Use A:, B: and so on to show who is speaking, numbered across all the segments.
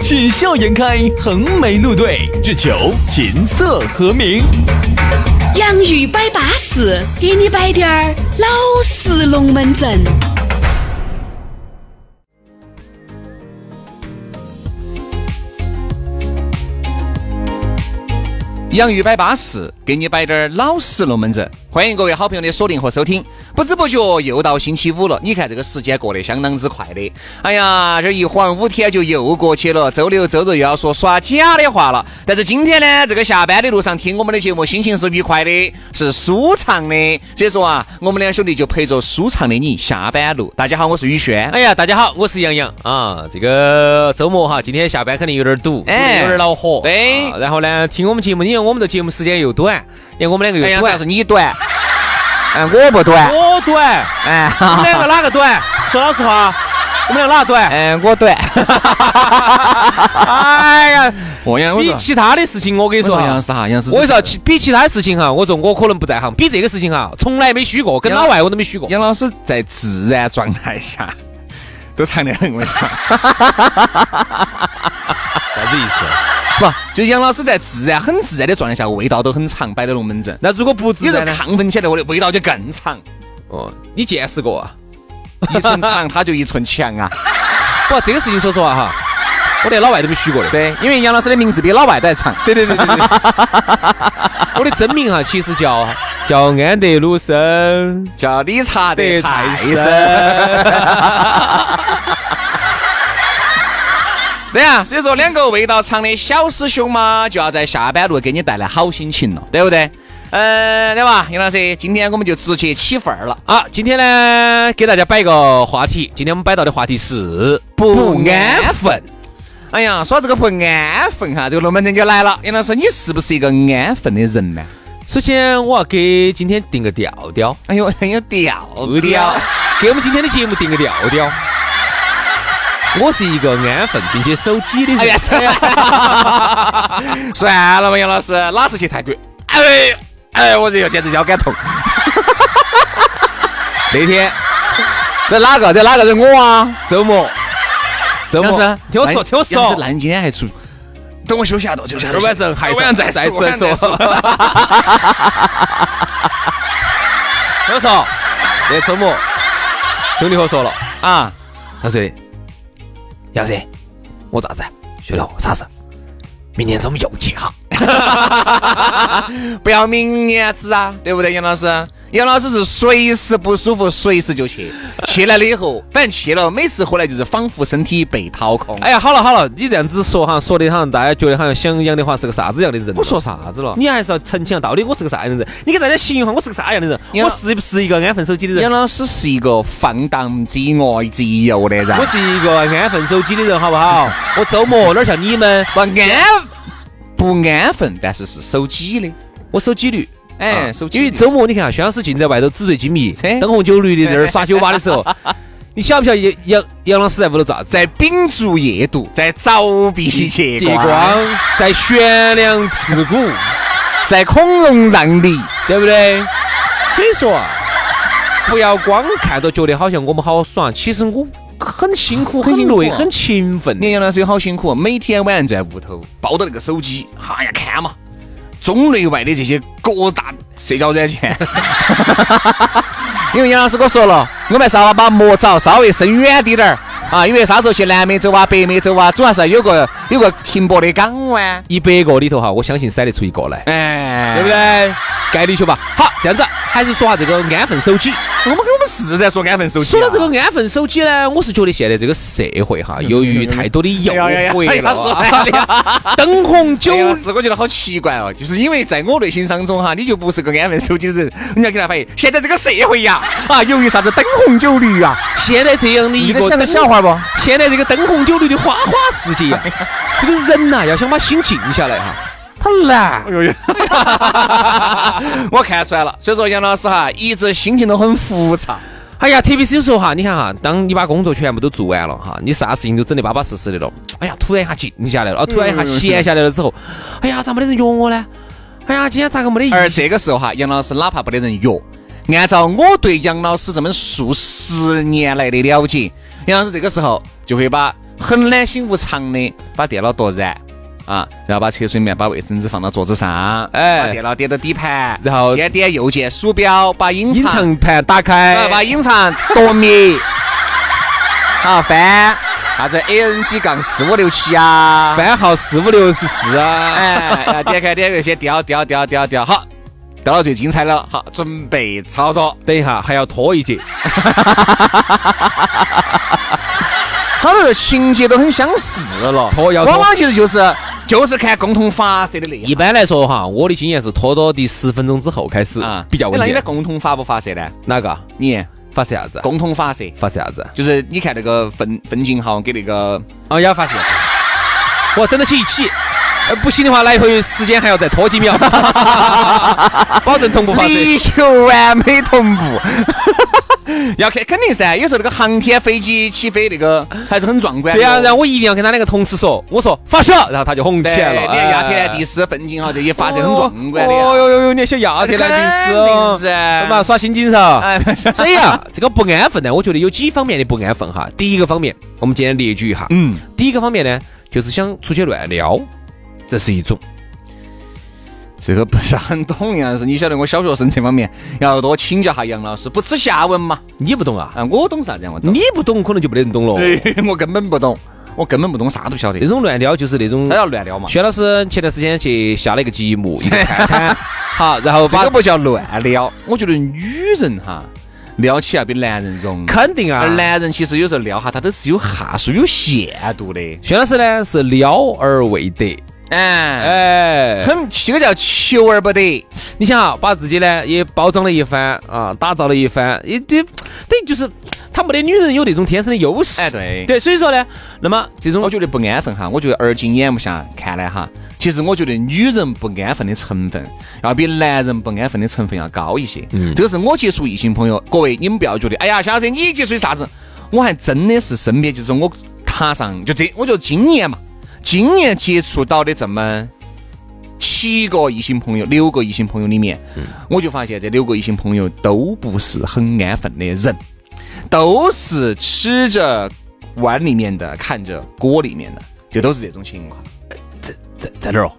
A: 喜笑颜开，横眉怒对，只求琴瑟和鸣。
B: 洋芋摆巴士，给你摆点儿老式龙门阵。
C: 洋芋摆巴适，给你摆点儿老实龙门阵。欢迎各位好朋友的锁定和收听。不知不觉又到星期五了，你看这个时间过得相当之快的。哎呀，这一晃五天就又过去了。周六、周日又要说耍假的话了。但是今天呢，这个下班的路上听我们的节目，心情是愉快的，是舒畅的。所以说啊，我们两兄弟就陪着舒畅的你下班路。大家好，我是宇轩。
D: 哎呀，大家好，我是杨洋啊。这个周末哈，今天下班肯定有点堵，
C: 哎
D: 有点恼火。
C: 对
D: 啊然后呢，听我们节目，因为我们的节目时间又短，因为我们两个
C: 哎
D: 又
C: 呀，
D: 短
C: 啥，是你短？哎，我不 短。
D: 我短，
C: 哎，
D: 我
C: 哈
D: 们
C: 哈
D: 两个哪个短？说老实话，我们俩哪个短？
C: 哎，我短。
D: 哎呀，
C: 我呀，
D: 比其他的事情，我跟你
C: 你
D: 说
C: 说
D: 哈
C: 杨。是哈，杨是。
D: 我跟你说，其比其他事情哈，我说我可能不在行，比这个事情哈，从来没虚过，跟
C: 杨
D: 老外我都没虚过。
C: 杨老师在自然状态下都唱得很，我跟你说
D: 啥子意思？
C: 不，就杨老师在自然很自然的状态下，味道都很长，摆的龙门阵。
D: 那如果不自
C: 有时候
D: 然呢？
C: 亢奋起来，我的味道就更 长，
D: 哦，你见识过啊？
C: 一寸长它就一寸强啊。
D: 不，这个事情说实话哈，我连老外都没虚过的。
C: 对，因为杨老师的名字比老外都还长。
D: 对对对对对，我的真名哈、其实叫叫安德鲁森
C: 叫理查德
D: 德
C: ·泰
D: 泰
C: 森。
D: 森。
C: 对啊，所以说两个味道长的小师兄嘛，就要在下班路给你带来好心情了，对不对？嗯，对吧，杨老师，今天我们就直接起范儿了。
D: 啊，今天呢，给大家摆一个话题。今天我们摆到的话题是
C: 不安分。哎呀，说到这个不安分哈，这个龙门阵就来了。杨老师，你是不是一个安分的人呢？
D: 首先，我要给今天定个调调，
C: 哎呦，很有调
D: 调，给我们今天的节目定个调调。我是一个安分并且守己的人。
C: 哎呀，算了嘛，杨老师，哪次去泰国？哎哎，我这个简直腰杆 痛。
D: 那天
C: 这哪个？这哪个？这我啊。
D: 周末，周
C: 杨
D: 末哎
C: 老师，，
D: 听我说，
C: 那
D: 听我
C: 杨老师
D: 说
C: 那，你今天还出？等我休息下，等我休息下。
D: 晚上还
C: 晚上再
D: 再
C: 说晚上再
D: 说
C: 说。
D: 听我说，那周末兄弟伙说了。
C: 啊，
D: 他说的，杨子，我咋子？兄弟，我啥子？明天咱们又见哈。
C: 不要明年子啊，对不对，杨老师？杨老师是随时不舒服，随时就 去。去来了以后，反正去了，每次回来就是仿佛身体被掏空。
D: 哎呀，好了好了，你这样子说哈，说的好像大家觉得好像想杨德华是个啥子样的人。我说啥子了？你还是要澄清下到底我是个啥样的人。你给大家形容一下我是个啥样的人？
C: 杨
D: 我是不是一个安分守己的
C: 杨
D: 人？
C: 老师是一个放荡之外之游的人，
D: 我是一个安分守己的人，好不好？我周末哪儿像你们？
C: 不安不安分，但是是守己的。
D: 我守纪律。
C: 哎
D: 啊
C: 守纪
D: 因
C: 律
D: 为周末你看啊，薛老师尽在外头纸醉金迷
C: 切、
D: 灯红酒绿的在 那儿耍酒吧的时候，你晓不晓得杨杨杨老师在屋头做啥子？
C: 在秉烛夜读，在凿壁借
D: 嗯借光，在悬梁刺股，
C: 在孔融让梨。
D: 对不对？所以说啊，不要光看到觉得好像我们好耍，其实我很辛苦、很
C: 辛苦
D: 累、
C: 啊
D: 很勤奋
C: 你。看杨老师有好辛苦，每天晚上在屋头抱着那个手机，哎呀看嘛，中内外的这些各大社交软件。 因为杨老师跟我说了，我们稍微把魔爪稍微伸远滴点儿啊，因为啥时候去南美洲啊、北美洲啊，主要是有个有个停泊的港湾，
D: 一百个里头哈，我相信筛得出一个来，
C: 哎，
D: 对不？对？概率球吧。好，这样子还是说下这个安分守己。
C: 我们我们是在说安分守己、啊
D: 说到这个，安分守己呢，我是觉得现在这个社会哈，由于太多的诱
C: 哎呀嗯哎
D: 惑
C: 呀哎说
D: 了，啊
C: 完了。
D: 灯红酒
C: 就是我觉得好奇怪哦，就是因为在我内心当中哈，你就不是个安分守己的人，你要给他反映。现在这个社会呀，啊，由于啥子灯红酒绿啊，
D: 现在这样的一
C: 你
D: 个
C: 能想到
D: 灯
C: 笑话不？
D: 啊 现在这个灯红酒绿的花花世界呀、这个人呐、要想把心静下来哈，哎他难。
C: 我看出来了，所以说杨老师哈，一直心情都很复杂。
D: 哎呀，特别是有时候哈，你看哈，当你把工作全部都做完了哈，你啥事情都整得巴巴适适的了，哎呀，突然一下静下来了，哦，突然一下闲下来了之后，哎呀，咋没得人约我呢？哎呀，今天咋个没得
C: 而
D: 意？
C: 这个时候哈，杨老师哪怕没得人约，按照我对杨老师这么数十年来的了解，杨老师这个时候就会把很懒心无常的把电脑夺燃。啊，然后把厕所里面把卫生纸放到桌子上，
D: 哎
C: 把电脑点到底盘，
D: 然后
C: 先点右键鼠标，把隐
D: 隐
C: 藏
D: 藏哎盘打
C: 啊，
D: 开，
C: 把隐藏夺灭，啊翻，啥子 ANG 杠四五六七啊，
D: 番号四五六十四啊，
C: 哎，然后点开点开，先调调调调调，好，调到最精彩了，好，准备操作。
D: 等一下还要拖一节，
C: 好多情节都很相似了，
D: 拖要拖
C: 往往其实就是就是看共同发射的内
D: 一般来说哈，我的经验是拖到第十分钟之后开始
C: 涵啊
D: 比较稳
C: 那你的
D: 健。
C: 共同发不发射呢？
D: 哪个？
C: 你
D: 发射啥子？
C: 共同发射，
D: 发射啥子？
C: 就是你看那个分分镜哈，给那个
D: 哦，要发射。我等得起一起，呃，不行的话，来回时间还要再拖几秒， 保证同步发射。
C: 力求完美同步。要看肯定噻，有时候那个航天飞机起飞那个还是很壮观的
D: 对
C: 哦。
D: 呀、然后我一定要跟他那个同事说，我说发 射，然后他就哄起
C: 对
D: 来了。
C: 你看亚特兰蒂
D: 斯
C: 斯分镜哈，这些发射很壮观的呀。
D: 哦哟哟哟，你看小亚特兰蒂斯哦，
C: 肯定噻
D: 嘛耍心经噻。
C: 哎，
D: 所以啊，这个不安分呢，我觉得有几方面的不安分哈。第一个方面，我们今天列举一下。
C: 嗯，
D: 第一个方面呢，就是想出去乱撩，这是一种。
C: 这个不是很懂样子，你晓得我小学生这方面要多请教下杨老师，不耻下问嘛。
D: 你不懂啊？
C: 啊，我懂啥子呀？我 懂，
D: 你不懂，可能就没得人懂了。
C: 我根本不懂，我根本不懂，啥都不晓得
D: 那。种乱撩就是那种
C: 他要乱聊嘛，
D: 薛老师前段时间去下了一个节目， 一个探探，好，然后
C: 这
D: 把
C: 个不叫乱聊。我觉得女人哈，聊起要比男人容易。
D: 肯定啊
C: 而，男人其实有时候撩哈，他都是有哈数、有限度的。
D: 薛老师呢是撩而未得，
C: 哎
D: 哎，
C: 很这个叫求而不得。
D: 你想啊，把自己呢也包装了一番啊，打造了一番，也就等于就是他没得女人有那种天生的优势，
C: 哎对
D: 对，所以说呢，那么这种
C: 我觉得不安分哈，我觉得而今眼目下看来哈，其实我觉得女人不安分的成分要比男人不安分的成分要高一些。嗯，这个是我接触异性朋友，各位你们不要觉得，哎呀，小老师你接触啥子？我还真的是身边就是我踏上就这，我觉得今年嘛，今年接触到的这么。七个异性朋友，六个异性朋友里面，我就发现这六个异性朋友都不是很安分的人。都是吃着碗里面的，看着锅里面的，就都是这种情况，
D: 在在这儿哦，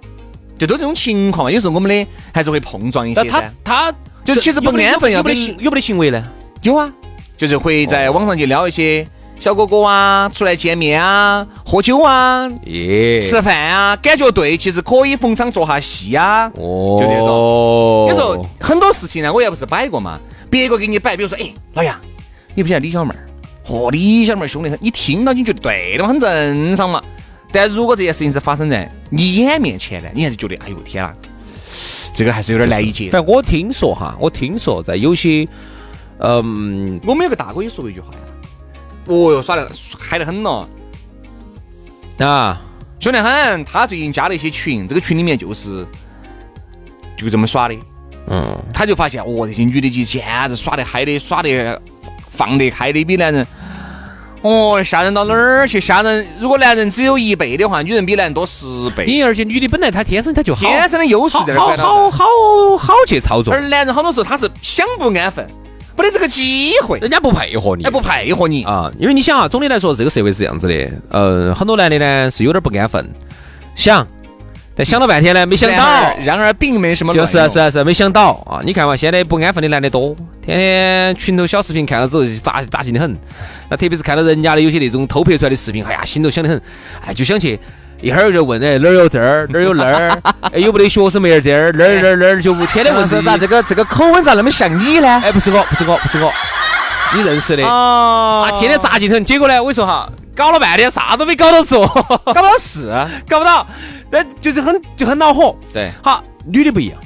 C: 就都这种情况嘛。有时候我们的还是会碰撞一
D: 那
C: 些
D: 他
C: 噻。
D: 他
C: 就其实不安分要
D: 有没得
C: 比
D: 行有没得行为呢？
C: 有啊，就是会在网上去撩一些小哥哥啊，出来见面啊，喝酒啊，
D: 耶
C: 吃饭啊，感觉对，其实可以逢场作下戏啊。
D: 哦，
C: 就这种
D: 种
C: 有时候很多事情呢，我也不是摆过嘛，别个给你摆，比如说，哎，老杨，你不晓得李小妹儿，哦，李小妹儿凶得很，你听到你觉得对的嘛，很正常嘛。但如果这件事情是发生在你眼面前呢，你还是觉得，哎呦天哪，这个还是有点难以接受。
D: 反正我听说哈，我听说在有些，嗯，
C: 我们有个大哥也说过一句话呀，哦哟，耍得嗨得很咯，
D: 啊，
C: 凶得很。他最近加了一些群，这个群里面就是就这么耍的。
D: 嗯，
C: 他就发现，哦，这些女的就简直耍得嗨的，耍得放得开的比男人，哦，吓人到哪儿去？吓人！如果男人只有一倍的话，女人比男人多十倍，
D: 你而且女的本来她天生她就好，
C: 天生的优势
D: 好
C: 在
D: 好
C: 那
D: 好
C: 好，
D: 好好去操作
C: 而，男人好多时候他是想不安分，没得这个机会，
D: 人家不配合你，
C: 哎，不配合你。
D: 嗯啊，因为你想啊，总的来说这个社会是这样子的，呃，很多男的呢是有点不安分，想，但想了半天呢没想
C: 然
D: 到
C: 而，然而并没什么
D: 就
C: 卵
D: 是
C: 用
D: 啊是啊是啊没想到啊！你看嘛，现在不安分的男的多，天天群头小视频看了之后扎扎心的很。那特别是看到人家的有些那种偷拍出来的视频，哎呀，心头想的很，哎，就想去。一会儿就问哎哪儿有这儿哪儿有那儿，哎有没得学生妹儿这儿哪儿哪儿哪儿就啊天 天问自己
C: 啊咋这个这个口吻咋那么像你呢？
D: 哎不是我不是我不是我，你认识的啊
C: 啊
D: 天天扎进很，结果呢我跟你说哈，搞了半天啥都没搞到做，
C: 搞不到事，
D: 搞不到，那就是很就很恼火。
C: 啊对，
D: 好，女的不一样，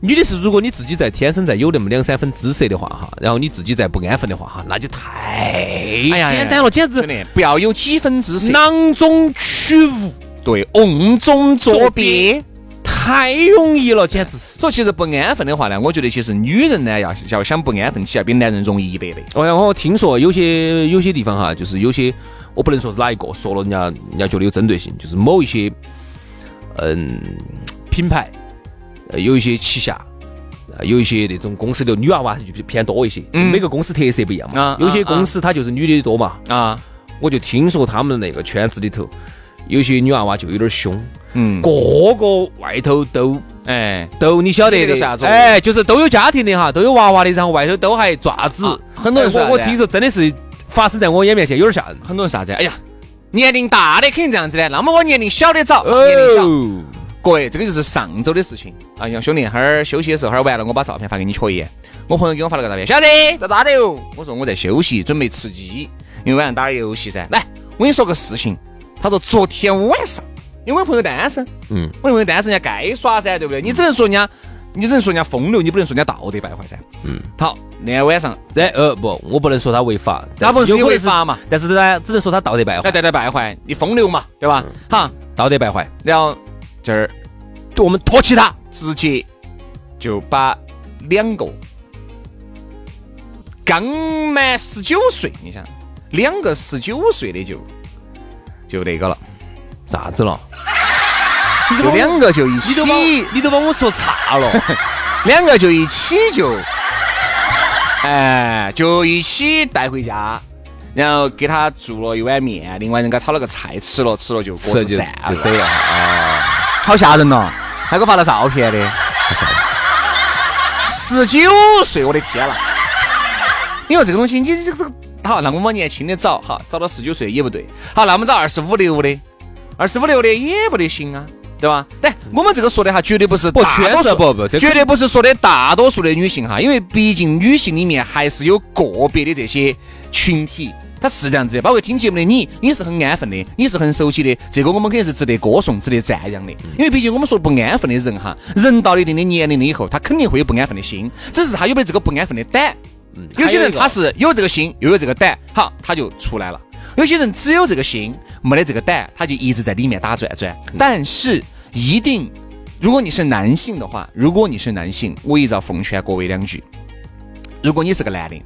D: 女的是如果你自己在天生在有那么两三分姿色的话哈，然后你自己再不安分的话哈，那就太
C: 哎呀
D: 简单了，简
C: 真
D: 直
C: 的不要有几分姿色，
D: 囊中取物，
C: 对，瓮中捉鳖。
D: 太容易了，简直是。
C: 所以其实不安分的话呢，我觉得其实女人呢要要想不安分起来，比男人容易一百倍。
D: 哦，然后听说有些有些地方哈，就是有些我不能说是哪一个说了，人家人家觉得有针对性，就是某一些嗯品牌，呃有一些旗下。呃有一些那种公司的女娃娃就偏多一些，
C: 嗯
D: 每个公司特色不一样嘛。
C: 啊
D: 有些
C: 啊
D: 公司它就是女的多嘛，
C: 啊，
D: 我就听说他们那个圈子里头，有些女娃娃就有点凶，
C: 嗯，
D: 个个外头都
C: 哎，
D: 都你晓得
C: 这
D: 的
C: 个，啥子
D: 哎，就是都有家庭的哈，都有娃娃的，然后外头都还爪子
C: 啊，很多人
D: 哎
C: 说啥
D: 我我
C: 子
D: 听说真的是发生在我眼面前，有点吓人。
C: 很多人啥子？哎呀，年龄大的肯定这样子的，那么我年龄小的早，
D: 哦
C: 年龄小。各位，这个就是上周的事情啊。杨兄弟，哈儿休息的时候，哈儿完了，我把照片发给你确认。我朋友给我发了个照片，晓得在咋的哟？我说我在休息，准备吃鸡，因为晚上打游戏噻。来，我跟你说个事情。他说昨天晚上，因为我朋友单身，
D: 嗯，
C: 我朋友单身，人家该耍噻，对不对？你只能说人家，你只能说人家风流，你不能说人家道德败坏噻。嗯，好，那天晚上，
D: 这呃不，我不能说他违法，
C: 那不
D: 但有
C: 是你哎
D: 可
C: 违
D: 能是，
C: 法嘛？
D: 但是呢，只能说他道德败
C: 要
D: 坏，
C: 道德败坏，你风流嘛，对
D: 嗯
C: 吧？好，
D: 道德败坏，
C: 然后这儿
D: 对我们唾弃他。
C: 直接就把两个刚满十九岁，你想两个十九岁的就就那个了，
D: 啥子了？
C: 就两个就一起，
D: 你都把我说差 了，
C: 两个就一起就，哎，就一起带回家。然后给他做了一碗面，另外人家炒了个菜，吃了吃了就各
D: 是
C: 自
D: 就
C: 散
D: 就走
C: 了，
D: 了啊！
C: 好吓人呐！他给我发了照片的，十九岁，我的天呐！因为这个东西，你这个这个好，那我们年轻的找，好找到十九岁也不对，好，那我们找二十五六的，二十五六的也不得行啊，对吧？但我们这个说的哈，绝对不是
D: 不
C: 大多
D: 圈子
C: 数
D: 不不这个
C: 绝对不是说的大多数的女性哈，因为毕竟女性里面还是有个别的这些群体。她是这样子的，包括听节目的你，你是很安分的，你是很守己的，这个我们肯定是值得歌颂、值得赞扬的。
D: 嗯
C: 因为毕竟我们说不安分的人哈，人到了一定的年龄了以后，他肯定会有不安分的心，只是他有没有这个不安分的胆。
D: 嗯
C: 有些人他是有这个心，又有这个胆，好，他就出来了；有些人只有这个心，没得这个胆，他就一直在里面打转转。
D: 嗯
C: 但是一定，如果你是男性的话，如果你是男性，我一直要奉劝各位两句：如果你是个男的，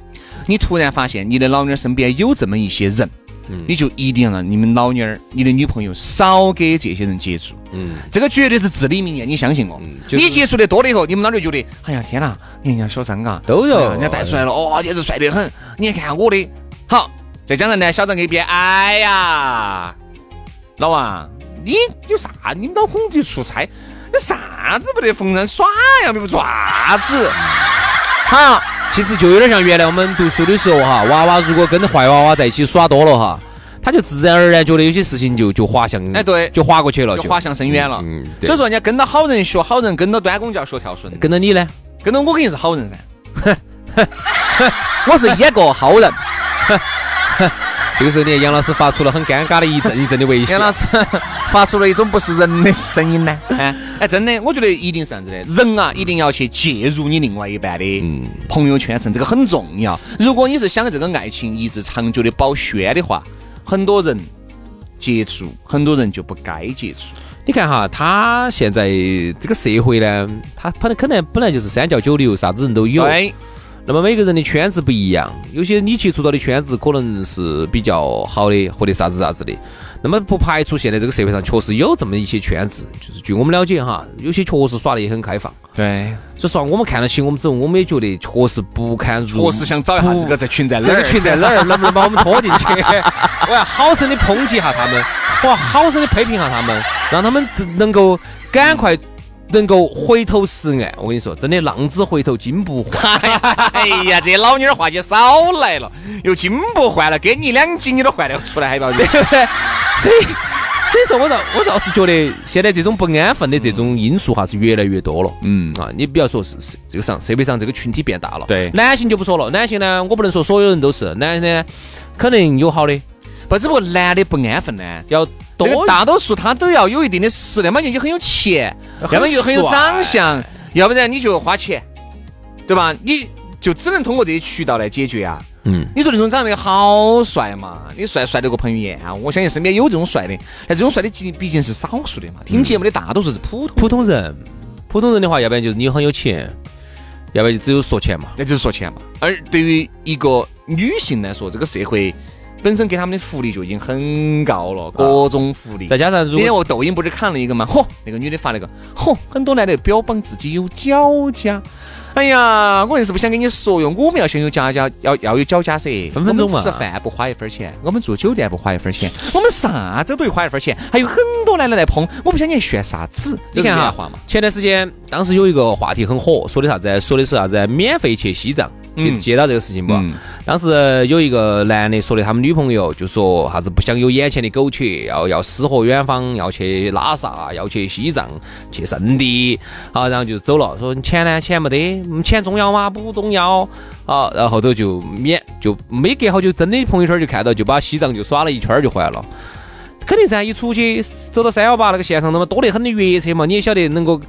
C: 你突然发现你的老妞儿身边有这么一些人。
D: 嗯
C: 你就一定要让你们老妞儿、你的女朋友少给这些人接触，
D: 嗯，
C: 这个绝对是至理名言，你相信我。
D: 就是
C: 你接触的多了以后，你们老妞儿觉得，哎呀天哪，你看人家小张啊，
D: 都有
C: 哎呀人家带出来了，哦，简直帅得很。你看我的，好，再加上呢，小张那边，哎呀，老王，你有啥？你老公就出差，有啥子不得逢人耍呀？你不做啥子？
D: 好，其实就有点像原来我们读书的时候哈，娃娃如果跟坏娃娃在一起耍多了哈，他就自然而然觉得有些事情就就滑向，
C: 哎对
D: 就滑过去了，
C: 就滑向深渊了。
D: 嗯，对
C: 所以说，人家跟到好人学好人，跟到端公就要学跳绳，
D: 跟着你呢，
C: 跟到我肯定是好人噻。 我是一个好人，
D: 这个时候你看杨老师发出了很尴尬的一阵一阵的 微笑
C: 杨。老师发出了一种不是人的声音呢。 哎，哎，真的，我觉得一定是这样子的。人啊，一定要去介入你另外一半的朋友圈层，这个很重要。如果你是想这个爱情一直长久的保鲜的话，很多人接触，很多人就不该接触。
D: 你看哈，他现在这个社会呢，他本来可能本来就是三教九流，啥子人都有。
C: 对，
D: 那么每个人的圈子不一样，有些你接触到的圈子可能是比较好的，或者啥子啥子的。那么不排除现在这个社会上确实有这么一些圈子，就是据我们了解哈，有些确实耍的也很开放。
C: 对，
D: 所以说我们看了起我们之后，我们也觉得确实不堪入目。
C: 我是想找一下这个在 群在哪
D: 这
C: 儿
D: 个 群在哪儿，能不能把我们拖进去？ 我要好生的抨击一下他们，我要好生的批评一下他们，让他们只能够赶快能够回头是岸。我跟你说，真的浪子回头金不换。
C: 哎呀，这老妞儿话就少来了，又金不换了，给你两斤你都换得出来，还不 要紧。
D: 所以，所以说我倒我倒是觉得现在这种不安分的这种因素哈是越来越多了。嗯啊，你不要说是是这个上社会上这个群体变大了。
C: 对
D: 男性就不说了，男性呢，我不能说所有人都是，男性呢肯定有好的，
C: 不，只不过男的不安分呢，
D: 要
C: 多
D: 多
C: 大多数他都要有一定的实力，要么就很有钱，要么又很有长相，要不然你就花钱，对吧？你就只能通过这些渠道来解决啊。
D: 嗯，
C: 你说那种长得好帅嘛，你帅帅得过彭于晏啊？我相信身边有这种帅的，哎但这种帅的毕毕竟是少数的
D: 嗯
C: 嘛。听节目的大多数是普通，
D: 普通人，普通人的话，要不然就是你很有钱，要不然就只有说钱嘛。
C: 那就是说钱嘛。而对于一个女性来说，这个社会本身给他们的福利就已经很高
D: 啊
C: 了，各种福利。
D: 再加上如
C: 今天
D: 果
C: 我抖音不是看了一个嘛，嚯，那个女的发了个，嚯，很多男的标榜自己有脚家。哎呀，我硬是不想跟你说哟，我们要先有家家，要要有脚家噻。
D: 分分钟嘛
C: 我们吃饭不花一分钱，我们住酒店不花一分钱，我们啥子都不花一分钱，还有很多男的来捧，我不晓得你还炫啥子，
D: 你看
C: 这是原
D: 哈
C: 话嘛，，
D: 前段时间当时有一个话题很火，说的啥子？说的是啥子？免费去西藏。
C: 嗯
D: 你接到这个事情不
C: 嗯？
D: 当时有一个男的说的，他们女朋友就说啥子不想有眼前的苟且，要要诗和远方，要去拉萨，要去西藏，去圣地，啊，然后就走了。说钱呢？钱没得，嗯钱重要吗？不重要啊。然后后头就免就没隔好久，真的朋友圈就看到，就把西藏就耍了一圈儿就回来了。肯定啊噻，一出去走到三幺八那个线上，他妈多得很的越野车嘛，你也晓得能够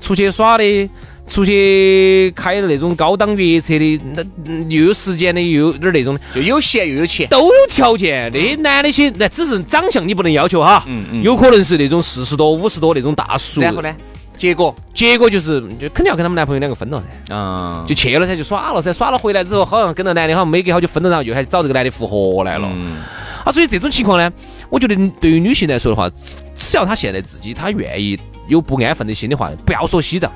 D: 出去耍的，出去开那种高档越野车的，那嗯又有时间的，又有点儿那种的，
C: 就有闲又有钱。
D: 都有条件。那些男的些，那只是长相你不能要求哈，
C: 嗯嗯
D: 有可能是那种四十多、五十多那种大叔。
C: 然后？呢，结果，
D: 结果就是就肯定要跟他们男朋友两个分了噻。
C: 嗯，
D: 就去了噻，就耍了噻，耍了回来之后，好像跟那男的好像没隔好久分了，然后又还找这个男的复合来了。
C: 嗯
D: 啊，所以这种情况呢，我觉得对于女性来说的话，只只要她现在自己她愿意有不安分的心的话，不要说西藏，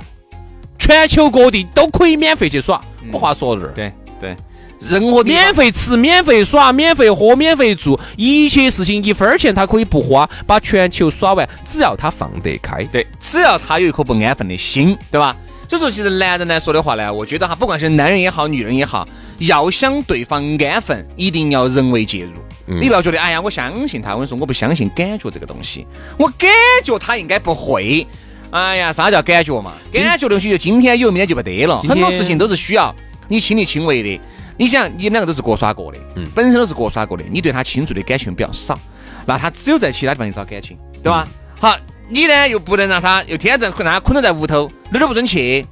D: 全球各地都可以免费去耍，我话说到这儿。
C: 对对，任何地
D: 嗯
C: 方
D: 免费吃、免费耍、免费喝、免费住，一切事情一分儿钱她可以不花，把全球耍完，只要她放得开。
C: 对，只要他有一颗不安分的心，对吧？所以说，其实男人来说的话呢，我觉得哈，不管是男人也好，女人也好，要想对方安分，一定要人为介入。你不要觉得，哎呀，我相信他，我跟你说，我不相信感觉这个东西，我感觉他应该不会。哎呀，啥叫感觉嘛？感觉东西就今天有，明天就没得了。
D: 今天
C: 很多事情都是需要你亲力亲为的。你想，你们两个都是各耍各的，本身都是各耍各的，你对他倾注的感情比较少，那他只有在其他地方去找感情，对吧？好，你呢又不能让他又天真，让他困在屋头，哪儿都不准去，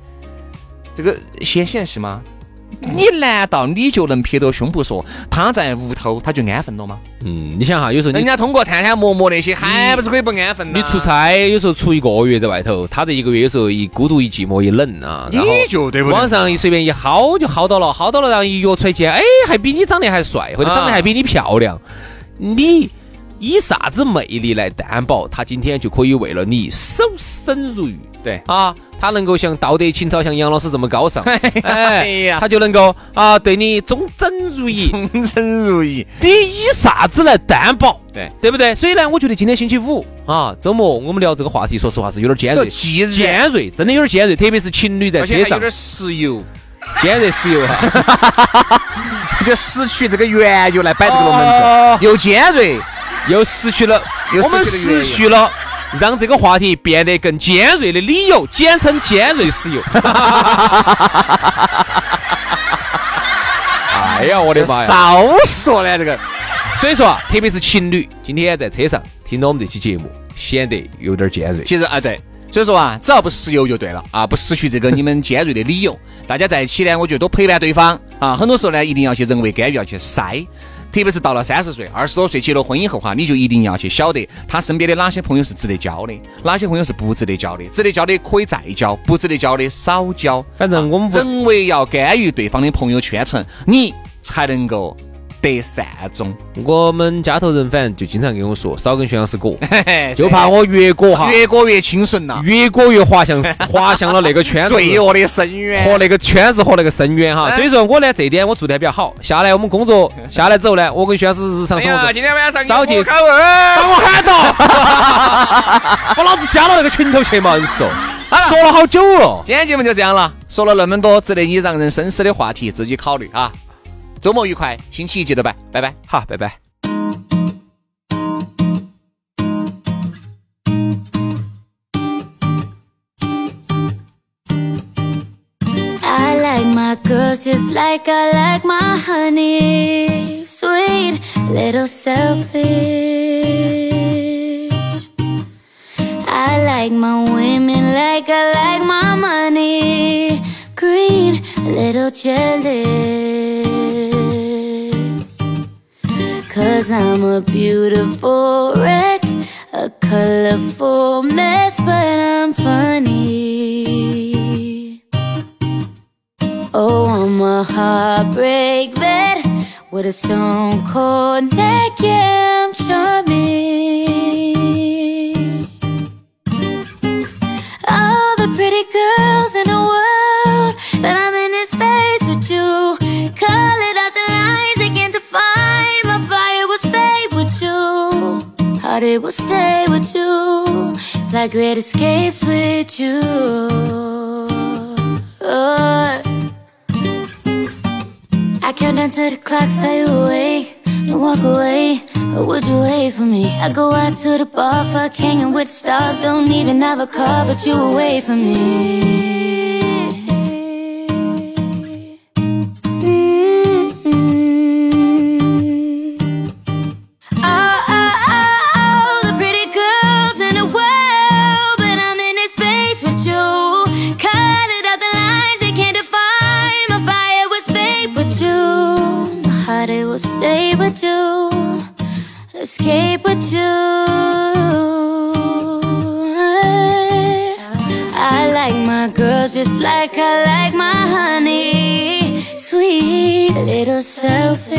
C: 这个显现是吗？你难道你就能撇着胸脯说他在屋头他就安分了吗？
D: 嗯，你想哈，有时候你
C: 人家通过探探陌陌那些还不是可以不安分呢
D: 你出，差有时候出一个月在外头，他这一个月有时候一孤独一寂寞一冷啊，然后
C: 你就对不对？
D: 网上一随便一薅就薅到了，薅到了然后一约出来见，哎，还比你长得还帅，或者长得
C: 啊
D: 还比你漂亮，你以啥子魅力来担保他今天就可以为了你守身如玉？
C: 对
D: 啊，他能够像道德情操像杨老师这么高尚，
C: 哎
D: 哎
C: 呀
D: 他就能够啊对你忠贞如一。
C: 忠贞如一，
D: 你以啥子来担保？
C: 对
D: 对不对？所以呢，我觉得今天星期五啊，周末我们聊这个话题，说实话是有点尖
C: 这
D: 锐，
C: 既然
D: 尖锐，真的有点尖锐，特别是情侣在
C: 而且
D: 街
C: 还有
D: 上，
C: 点石油，
D: 尖锐啊石油哈。
C: 就失去这个原油来摆这个龙门
D: 哦
C: 阵，又尖锐，
D: 又失去了，
C: 又
D: 我们失
C: 失
D: 去
C: 去
D: 了让这个话题变得更尖锐的理由，简称尖锐石 油。哎呀，我的妈呀！
C: 少说呢这个。
D: 所以说啊，特别是情侣，今天在车上听到我们这期节目，显得有点尖锐。
C: 其实啊，对，所以说啊，只要不石油就对了啊，不失去这个你们尖锐的理由。大家在一起呢，我觉得多陪伴对方啊。很多时候呢，一定要去人为干预，要去筛。特别是到了三十岁、二十多岁结了婚以后哈，你就一定要去晓得他身边的哪些朋友是值得交的，哪些朋友是不值得交的。值得交的可以再交，不值得交的少交。
D: 反正我们不
C: 人为要干预对方的朋友圈层，你才能够得善 终。
D: 我们家头人反正就经常跟我说，少跟薛老师裹，
C: 嘿嘿
D: 就怕我越裹哈，
C: 越过越清纯呐，
D: 越裹越滑向 滑向了那个圈子。
C: 罪恶的深渊。
D: 和那个圈子和那个深渊哈，
C: 哎
D: 所以说我呢这一点我做的还比较好。下来我们工 作下来之后呢，我跟薛老师日常
C: 哎
D: 生活
C: 呀，
D: 中
C: 今天晚上
D: 少
C: 你
D: 去
C: 我开胃。
D: 把我喊到，把老子加到那个群头去嘛，你说，说了 好久了。
C: 今天节目就这样了，说了那么多值得你让人深思的话题，自己考虑啊。周末愉快，星期一记得拜，拜拜。
D: 好，拜拜。
E: I like my girls just like I like my honey. Sweet, little selfish. I like my women like I like my money. Green, little jealous. Cause I'm a beautiful wreck, a colorful mess, but I'm funny. Oh, I'm a heartbreak vet with a stone cold neck. Yeah, I'm charming. All the pretty girls in the world, but I'm in this space with you. Call it out the lines they can't define. My fire will stay with you. Heart it will stay with you. Fly great escapes with you. Oh. I count down to the clock, so you awake and walk away. Or would you wait for me? I go out to the bar, fuck hanging with the stars. Don't even have a car, but you away from me. Mm-mm. Oh, oh, oh, oh, the pretty girls in the world, but I'm in this space with you. Colored out the lines they can't define. My fire was fake with you. My heart it will stay with you. Escape with you. I like my girls just like I like my honey. Sweet little selfish.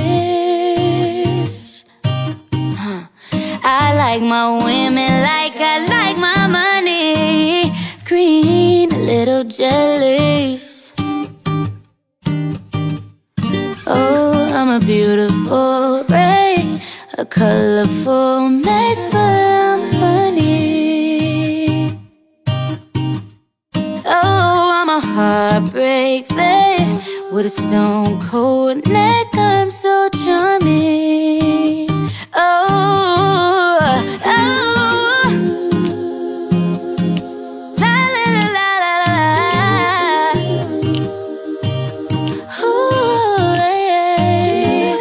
E: I like my women like I like my money. Green, a little jealous. Oh, I'm a beautiful wreck, a colorful mess, but I'm funny. Oh, I'm a heartbreak babe with a stone cold neck. I'm so charming. Oh, oh, la la la la la la. Ooh, yeah.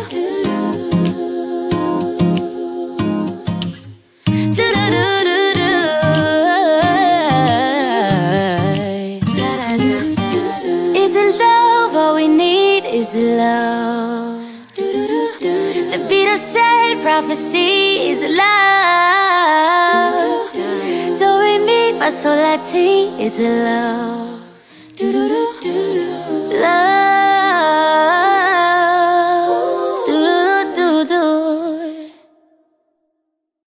E: Is it love all we need? Is it love? The beat of said prophecy is it love. Do re mi fa sol la ti is it love?